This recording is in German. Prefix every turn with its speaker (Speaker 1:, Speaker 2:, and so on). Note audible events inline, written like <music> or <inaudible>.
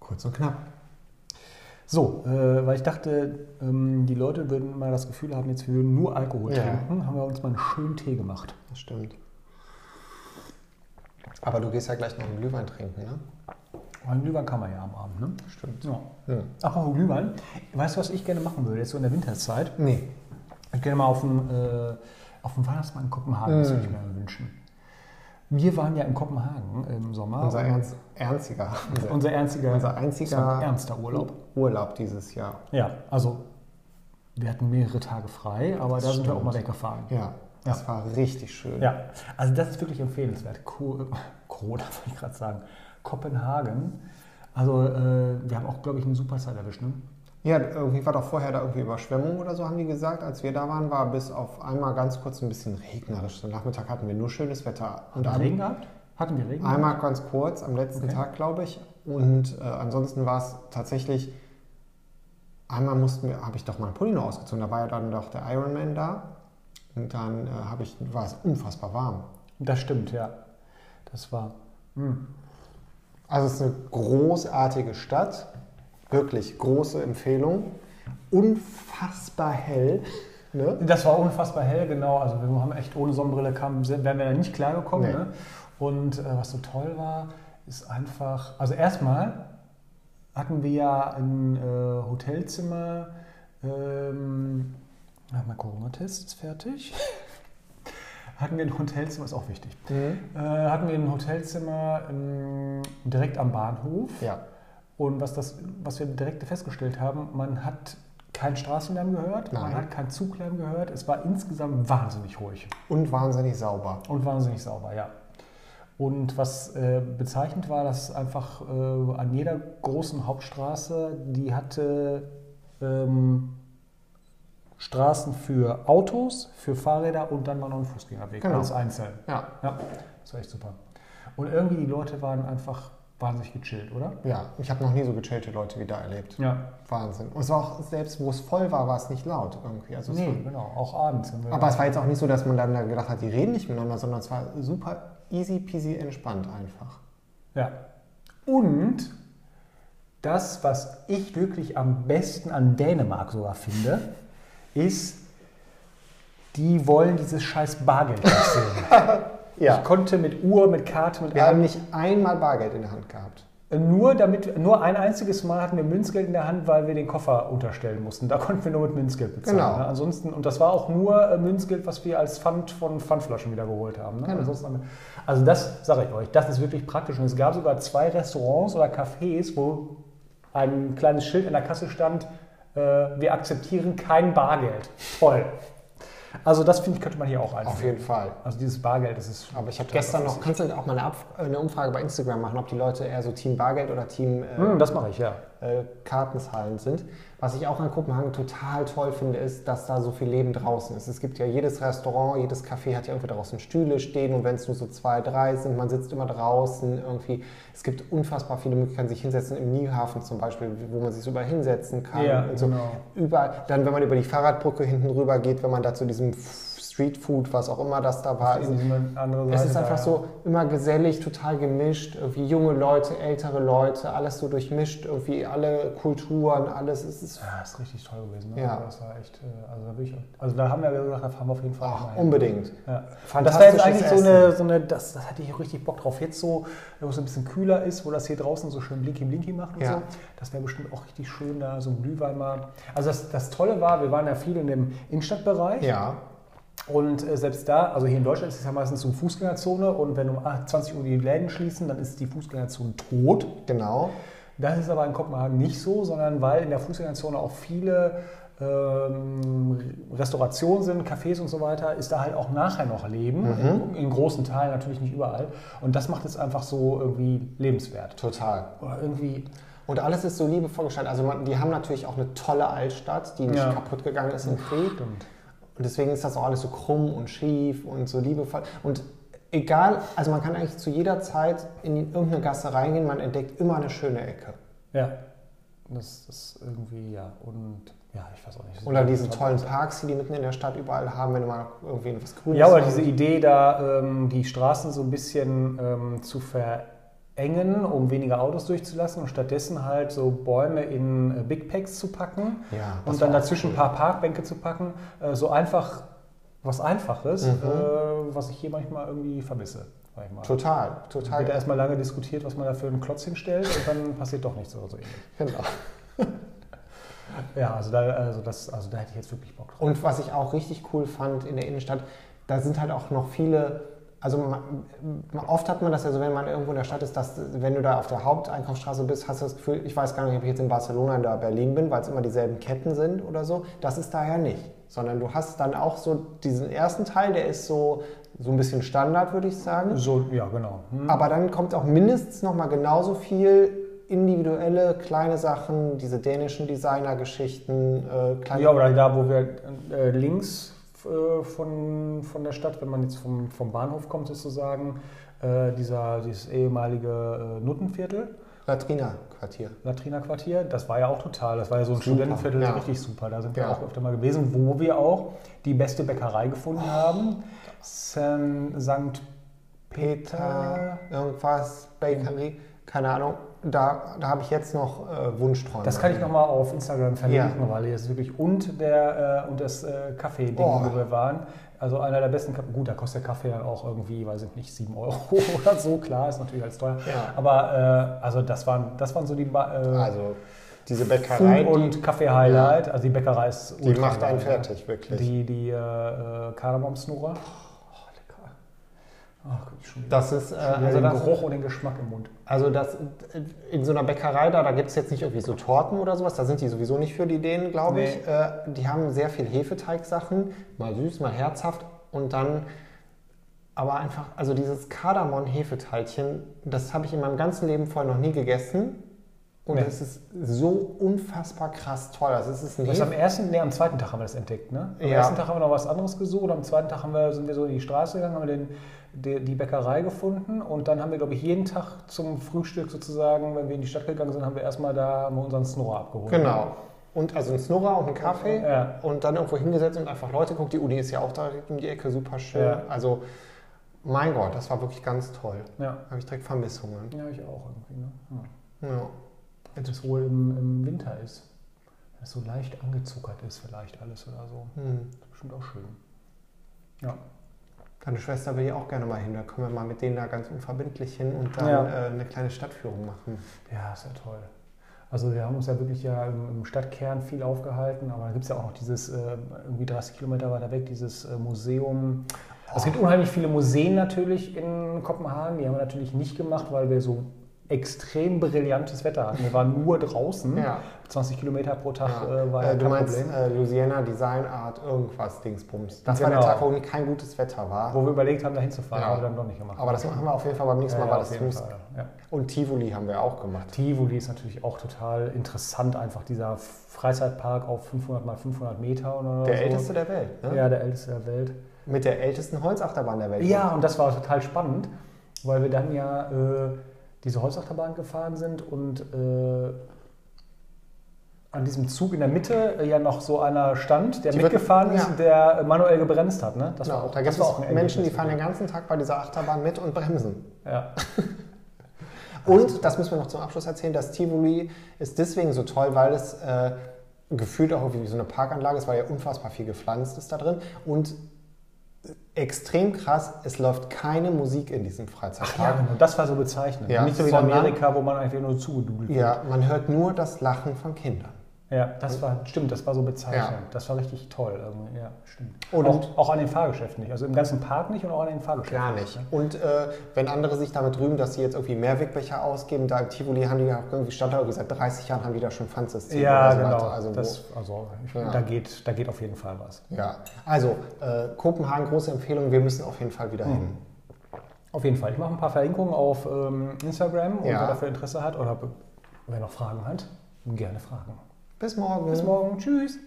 Speaker 1: Kurz und knapp. So, äh, weil ich dachte, ähm, die Leute würden mal das Gefühl haben, jetzt wir würden nur Alkohol
Speaker 2: Ja.
Speaker 1: trinken, haben wir uns mal einen schönen Tee gemacht.
Speaker 2: Das stimmt. Aber du gehst ja gleich noch einen Glühwein trinken, ne?
Speaker 1: Oh, einen Glühwein kann man ja am Abend, ne?
Speaker 2: Stimmt.
Speaker 1: Ja.
Speaker 2: Ja.
Speaker 1: Apropos Glühwein, weißt du, was ich gerne machen würde, jetzt so in der Winterzeit?
Speaker 2: Nee.
Speaker 1: Ich gerne mal auf dem, äh, auf dem Weihnachtsmarkt in Kopenhagen, das
Speaker 2: Hm.
Speaker 1: würde ich mir wünschen. Wir waren ja in Kopenhagen im Sommer.
Speaker 2: Unser
Speaker 1: und-
Speaker 2: ernst, ernstiger. Unser,
Speaker 1: unser einziger,
Speaker 2: unser einziger
Speaker 1: ernster Urlaub.
Speaker 2: Urlaub dieses Jahr.
Speaker 1: Ja, also wir hatten mehrere Tage frei, aber da sind wir auch mal weggefahren.
Speaker 2: Ja. Das war richtig schön.
Speaker 1: Ja, also das ist wirklich empfehlenswert. Co <laughs> Corona, wollte ich gerade sagen. Kopenhagen. Also äh, wir haben auch, glaube ich, eine super Zeit erwischt. Ne?
Speaker 2: Ja, irgendwie war doch vorher da irgendwie Überschwemmung oder so, haben die gesagt. Als wir da waren, war bis auf einmal ganz kurz ein bisschen regnerisch. Den Nachmittag hatten wir nur schönes Wetter. Und
Speaker 1: Hat
Speaker 2: am-
Speaker 1: Regen gehabt? Hatten wir Regen?
Speaker 2: einmal ganz kurz, am letzten Tag, glaube ich. Und äh, ansonsten war es tatsächlich, einmal mussten wir, habe ich doch meinen Pulli noch ausgezogen. Da war ja dann doch der Ironman da. Und dann äh, habe ich, war es unfassbar warm.
Speaker 1: Das stimmt, ja. Das war.
Speaker 2: Also es ist eine großartige Stadt, wirklich große Empfehlung. Unfassbar hell. Ne?
Speaker 1: Das war unfassbar hell, genau. Also wir haben echt ohne Sonnenbrille kamen, sind- wären wir da nicht klargekommen.
Speaker 2: Nee.
Speaker 1: Ne? Und äh, was so toll war, ist einfach, also erstmal hatten wir ja ein äh, Hotelzimmer, ähm, na, mein Corona-Test ist fertig. <laughs> hatten wir ein Hotelzimmer, ist auch wichtig. Äh, hatten wir ein Hotelzimmer ähm, direkt am Bahnhof.
Speaker 2: Ja.
Speaker 1: Und was, das, was wir direkt festgestellt haben, man hat keinen Straßenlärm gehört, man
Speaker 2: Nein.
Speaker 1: hat keinen Zuglärm gehört. Es war insgesamt wahnsinnig ruhig
Speaker 2: Und wahnsinnig sauber.
Speaker 1: und wahnsinnig sauber, ja. Und was äh, bezeichnend war, dass einfach äh, an jeder großen Hauptstraße, die hatte ähm, Straßen für Autos, für Fahrräder und dann war noch ein Fußgängerweg,
Speaker 2: Genau.
Speaker 1: alles einzeln.
Speaker 2: Ja.
Speaker 1: Ja, das war echt super. Und irgendwie die Leute waren einfach wahnsinnig gechillt, oder?
Speaker 2: Ja, ich habe noch nie so gechillte Leute wieder erlebt.
Speaker 1: Ja,
Speaker 2: Wahnsinn. Und es war auch, selbst wo es voll war, war es nicht laut irgendwie. Also es
Speaker 1: Nee,
Speaker 2: war,
Speaker 1: genau, auch abends. Wenn wir
Speaker 2: aber es war jetzt auch nicht so, dass man dann da gedacht hat, die reden nicht miteinander, sondern es war super easy peasy entspannt einfach.
Speaker 1: ja. Und das, was ich wirklich am besten an Dänemark sogar finde, ist, die wollen dieses scheiß Bargeld nicht sehen.
Speaker 2: <laughs>
Speaker 1: Ich konnte mit Uhr, mit Karte, mit
Speaker 2: Wir haben
Speaker 1: allem,
Speaker 2: nicht einmal Bargeld in der Hand gehabt.
Speaker 1: nur damit, nur ein einziges Mal hatten wir Münzgeld in der Hand, weil wir den Koffer unterstellen mussten. Da konnten wir nur mit Münzgeld bezahlen.
Speaker 2: Genau.
Speaker 1: Ne? Ansonsten, und das war auch nur äh, Münzgeld, was wir als Pfand von Pfandflaschen wieder geholt haben. Ne?
Speaker 2: Genau.
Speaker 1: Ansonsten haben wir, also das sage ich euch, das ist wirklich praktisch. Und es gab sogar zwei Restaurants oder Cafés, wo ein kleines Schild an der Kasse stand, äh, wir akzeptieren kein Bargeld. Toll. Also das finde ich, könnte man hier auch
Speaker 2: Auf
Speaker 1: einführen.
Speaker 2: jeden Fall.
Speaker 1: Also dieses Bargeld, das ist...
Speaker 2: Aber ich habe gestern noch, kannst du auch mal eine, Abf äh, eine Umfrage bei Instagram machen, ob die Leute eher so Team Bargeld oder Team äh,
Speaker 1: Hm, das mache ich, ja.
Speaker 2: äh, Kartenzahlen sind. Was ich auch an Kopenhagen total toll finde, ist, dass da so viel Leben draußen ist. Es gibt ja jedes Restaurant, jedes Café hat ja irgendwie draußen Stühle stehen und wenn es nur so zwei, drei sind, man sitzt immer draußen irgendwie. Es gibt unfassbar viele Möglichkeiten, sich hinsetzen im Niehafen zum Beispiel, wo man sich so überall hinsetzen kann.
Speaker 1: Ja,
Speaker 2: und so.
Speaker 1: genau.
Speaker 2: Überall. Dann, wenn man über die Fahrradbrücke hinten rüber geht, wenn man da zu diesem Streetfood, was auch immer das da war,
Speaker 1: Das
Speaker 2: in-
Speaker 1: ist eine andere
Speaker 2: es
Speaker 1: Seite
Speaker 2: ist
Speaker 1: da,
Speaker 2: einfach
Speaker 1: ja.
Speaker 2: so immer gesellig, total gemischt, irgendwie junge Leute, ältere Leute, alles so durchmischt, irgendwie alle Kulturen, alles. Es ist
Speaker 1: Ja, ist richtig toll gewesen. Ne?
Speaker 2: Ja.
Speaker 1: Also Das war echt, äh, also da, will ich, also da haben wir gesagt, da fahren wir auf jeden Fall mal
Speaker 2: ach,
Speaker 1: hin.
Speaker 2: unbedingt.
Speaker 1: Ja. Das war
Speaker 2: Fantastisches
Speaker 1: jetzt eigentlich so
Speaker 2: Essen.
Speaker 1: eine, so eine das, das hatte ich auch richtig Bock drauf. Jetzt so, wo es ein bisschen kühler ist, wo das hier draußen so schön blinky blinky macht und
Speaker 2: Ja.
Speaker 1: so. Das wäre bestimmt auch richtig schön, da so ein Glühwein mal. Also das, das Tolle war, wir waren ja viel in dem Innenstadtbereich.
Speaker 2: Ja,
Speaker 1: Und äh, selbst da, also hier in Deutschland ist es ja meistens so eine Fußgängerzone und wenn um 8, 20 Uhr die Läden schließen, dann ist die Fußgängerzone tot.
Speaker 2: genau.
Speaker 1: Das ist aber in Kopenhagen nicht so, sondern weil in der Fußgängerzone auch viele ähm, Restaurationen sind, Cafés und so weiter, ist da halt auch nachher noch Leben. In, in großen Teilen, natürlich nicht überall. Und das macht es einfach so irgendwie lebenswert.
Speaker 2: Total.
Speaker 1: Oder irgendwie,
Speaker 2: Und alles ist so liebevoll gestaltet. Also man, die haben natürlich auch eine tolle Altstadt, die nicht
Speaker 1: Ja.
Speaker 2: kaputt gegangen ist im Krieg.
Speaker 1: stimmt.
Speaker 2: Und deswegen ist das auch alles so krumm und schief und so liebevoll. Und egal, also man kann eigentlich zu jeder Zeit in irgendeine Gasse reingehen, man entdeckt immer eine schöne Ecke.
Speaker 1: ja, das ist irgendwie, ja. Und Ja, ich weiß auch nicht.
Speaker 2: Oder diese tollen Parks, die die mitten in der Stadt überall haben, wenn du mal irgendwie was Grünes
Speaker 1: Ja, oder
Speaker 2: hast.
Speaker 1: diese Idee, da ähm, die Straßen so ein bisschen ähm, zu verengen, um weniger Autos durchzulassen und stattdessen halt so Bäume in äh, Big Packs zu packen
Speaker 2: Ja, das
Speaker 1: und dann
Speaker 2: war Also auch
Speaker 1: dazwischen ein paar Parkbänke zu packen. Äh, so einfach, was Einfaches, äh, was ich hier manchmal irgendwie vermisse. Sag ich mal.
Speaker 2: Mhm. Total, total.
Speaker 1: Wird da erstmal lange diskutiert, was man da für einen Klotz hinstellt und dann passiert doch nichts oder so ähnlich.
Speaker 2: Genau.
Speaker 1: Ja, also da, also, das, also da hätte ich jetzt wirklich Bock drauf.
Speaker 2: Und was ich auch richtig cool fand in der Innenstadt, da sind halt auch noch viele, also man, man- oft hat man das ja so, wenn man irgendwo in der Stadt ist, dass wenn du da auf der Haupteinkaufsstraße bist, hast du das Gefühl, ich weiß gar nicht, ob ich jetzt in Barcelona oder Berlin bin, weil es immer dieselben Ketten sind oder so. Das ist daher nicht, sondern du hast dann auch so diesen ersten Teil, der ist so, so ein bisschen Standard, würde ich sagen.
Speaker 1: So, ja, genau. Hm.
Speaker 2: Aber dann kommt auch mindestens nochmal genauso viel individuelle kleine Sachen, diese dänischen Designer-Geschichten, äh, kleine
Speaker 1: Ja, oder da, wo wir äh, links äh, von, von der Stadt, wenn man jetzt vom, vom Bahnhof kommt, sozusagen, äh, dieser, dieses ehemalige äh, Nuttenviertel,
Speaker 2: Latrina-Quartier.
Speaker 1: Latrinerquartier, das war ja auch total, das war ja so ein
Speaker 2: Super,
Speaker 1: Studentenviertel,
Speaker 2: ja.
Speaker 1: richtig super. Da sind wir
Speaker 2: Ja.
Speaker 1: auch öfter mal gewesen, wo wir auch die beste Bäckerei gefunden
Speaker 2: Oh.
Speaker 1: haben. San, St.
Speaker 2: Peter,
Speaker 1: Peter.
Speaker 2: irgendwas, Bakery, keine Ahnung. Da, da habe ich jetzt noch äh, Wunschträume.
Speaker 1: Das kann ich nochmal auf Instagram verlinken,
Speaker 2: Ja.
Speaker 1: weil hier ist wirklich und der äh, und das äh, Kaffee-Ding,
Speaker 2: Oh.
Speaker 1: wo wir waren. Also einer der besten Kaffee. Gut, da kostet der Kaffee dann auch irgendwie, weiß ich nicht, 7 Euro <laughs> oder so. Klar, ist natürlich alles teuer.
Speaker 2: Ja.
Speaker 1: Aber äh, also das waren, das waren so die ba äh,
Speaker 2: Also diese Bäckerei,
Speaker 1: Food-
Speaker 2: die,
Speaker 1: und Kaffee-Highlight. Also die Bäckerei ist
Speaker 2: die
Speaker 1: ultra
Speaker 2: macht einen
Speaker 1: geil, ja.
Speaker 2: fertig, wirklich.
Speaker 1: Die, die äh, äh, Kardamom-Snurrer. Oh, lecker. Ach, guck, schon wieder,
Speaker 2: das ist, äh,
Speaker 1: schon wieder
Speaker 2: also,
Speaker 1: den
Speaker 2: das,
Speaker 1: Geruch und den Geschmack im Mund.
Speaker 2: also das, in so einer Bäckerei da, da gibt es jetzt nicht irgendwie so Torten oder sowas, da sind die sowieso nicht für die Dänen, glaube ich. Äh, die haben sehr viel Hefeteigsachen, mal süß, mal herzhaft und dann aber einfach, also dieses Kardamom-Hefeteilchen, das habe ich in meinem ganzen Leben vorher noch nie gegessen. Und
Speaker 1: Nee.
Speaker 2: es ist so unfassbar krass toll. Also es ist ein
Speaker 1: Das am
Speaker 2: Hefe
Speaker 1: ersten, nee, am zweiten Tag haben wir das entdeckt, ne? Am
Speaker 2: Ja.
Speaker 1: ersten Tag haben wir noch was anderes gesucht, am zweiten Tag haben wir, sind wir so in die Straße gegangen, haben wir den, die, die Bäckerei gefunden und dann haben wir, glaube ich, jeden Tag zum Frühstück sozusagen, wenn wir in die Stadt gegangen sind, haben wir erstmal da haben wir Äh, unseren Snorer abgeholt.
Speaker 2: Genau. Und also ein Snurrer und einen Kaffee
Speaker 1: Ja.
Speaker 2: und dann irgendwo hingesetzt und einfach Leute guckt. Die Uni ist ja auch direkt um die Ecke, super schön.
Speaker 1: Ja.
Speaker 2: Also mein Gott, das war wirklich ganz toll.
Speaker 1: Ja,
Speaker 2: Habe ich direkt Vermissungen.
Speaker 1: ja ich auch irgendwie, ne? Ja.
Speaker 2: Ja.
Speaker 1: Wenn es wohl im, im Winter ist, wenn es so leicht angezuckert ist vielleicht alles oder so.
Speaker 2: Hm.
Speaker 1: Ist bestimmt auch schön. Ja.
Speaker 2: Deine Schwester will ja auch gerne mal hin. Da können wir mal mit denen da ganz unverbindlich hin und dann
Speaker 1: Ja.
Speaker 2: äh, eine kleine Stadtführung machen.
Speaker 1: Ja, ist ja toll. Also wir haben uns ja wirklich ja im, im Stadtkern viel aufgehalten, aber da gibt es ja auch noch dieses, äh, irgendwie 30 Kilometer weiter weg, dieses äh, Museum. Also es gibt unheimlich viele Museen natürlich in Kopenhagen, die haben wir natürlich nicht gemacht, weil wir so extrem brillantes Wetter hatten. Wir waren nur draußen,
Speaker 2: Ja.
Speaker 1: 20 Kilometer pro Tag
Speaker 2: Ja.
Speaker 1: äh, war ja
Speaker 2: äh, du
Speaker 1: kein
Speaker 2: meinst
Speaker 1: Problem.
Speaker 2: äh, Louisiana Design Art irgendwas Dingsbums. Das war
Speaker 1: Genau.
Speaker 2: der Tag, wo kein gutes Wetter war.
Speaker 1: Wo wir überlegt haben, da hinzufahren,
Speaker 2: Ja.
Speaker 1: haben wir dann doch nicht gemacht.
Speaker 2: Aber das machen wir auf jeden Fall beim nächsten
Speaker 1: Ja,
Speaker 2: Mal.
Speaker 1: ja,
Speaker 2: war
Speaker 1: auf
Speaker 2: das
Speaker 1: jeden
Speaker 2: muss-
Speaker 1: Fall. Ja.
Speaker 2: und Tivoli haben wir auch gemacht.
Speaker 1: Tivoli ist natürlich auch total interessant, einfach dieser Freizeitpark auf 500 mal 500 Meter oder
Speaker 2: Der
Speaker 1: so.
Speaker 2: älteste der Welt, ne?
Speaker 1: Ja, der älteste der Welt.
Speaker 2: Mit der ältesten Holzachterbahn der Welt.
Speaker 1: Ja, und das war total spannend, weil wir dann ja äh, diese Holzachterbahn gefahren sind und äh, an diesem Zug in der Mitte äh, ja noch so einer stand, der
Speaker 2: Die wird-
Speaker 1: mitgefahren ist
Speaker 2: ja.
Speaker 1: und der äh, manuell gebremst hat. Ne? Das war
Speaker 2: Genau,
Speaker 1: auch-
Speaker 2: da gibt
Speaker 1: das
Speaker 2: es
Speaker 1: war auch ein
Speaker 2: Menschen, die
Speaker 1: Erlebnis.
Speaker 2: fahren den ganzen Tag bei dieser Achterbahn mit und bremsen.
Speaker 1: Ja.
Speaker 2: Und, das müssen wir noch zum Abschluss erzählen, das Tivoli ist deswegen so toll, weil es äh, gefühlt auch wie so eine Parkanlage ist, weil ja unfassbar viel gepflanzt ist da drin. Und äh, extrem krass, es läuft keine Musik in diesem
Speaker 1: Ach ja,
Speaker 2: Freizeitpark.
Speaker 1: genau. Das war so bezeichnend.
Speaker 2: Ja,
Speaker 1: Nicht so wie in
Speaker 2: sondern-
Speaker 1: Amerika, wo man einfach nur zugedudelt wird.
Speaker 2: ja, man hört nur das Lachen von Kindern.
Speaker 1: Ja, das war, stimmt, das war so bezeichnend.
Speaker 2: Ja. Oh,
Speaker 1: Das war richtig toll. irgendwie. Ja, stimmt.
Speaker 2: Und-
Speaker 1: auch, auch an den Fahrgeschäften nicht. Also im ganzen Park nicht und auch an den Fahrgeschäften.
Speaker 2: Gar nicht. Und äh, wenn andere sich damit rühmen, dass sie jetzt irgendwie Mehrwegbecher ausgeben, da im Tivoli haben die ja auch irgendwie stand da irgendwie seit 30 Jahren haben die da schon Pfandsystem
Speaker 1: Ja,
Speaker 2: oder so
Speaker 1: genau.
Speaker 2: weiter. Also,
Speaker 1: das, also ich,
Speaker 2: Ja.
Speaker 1: da, geht, da geht auf jeden Fall was.
Speaker 2: wo, ja. also äh, Kopenhagen, große Empfehlung, wir müssen auf jeden Fall wieder hin.
Speaker 1: Auf jeden Fall. Ich mache ein paar Verlinkungen auf ähm, Instagram und
Speaker 2: Ja.
Speaker 1: wer dafür Interesse hat oder wer noch Fragen hat, gerne fragen.
Speaker 2: Bis morgen.
Speaker 1: Bis morgen. Tschüss.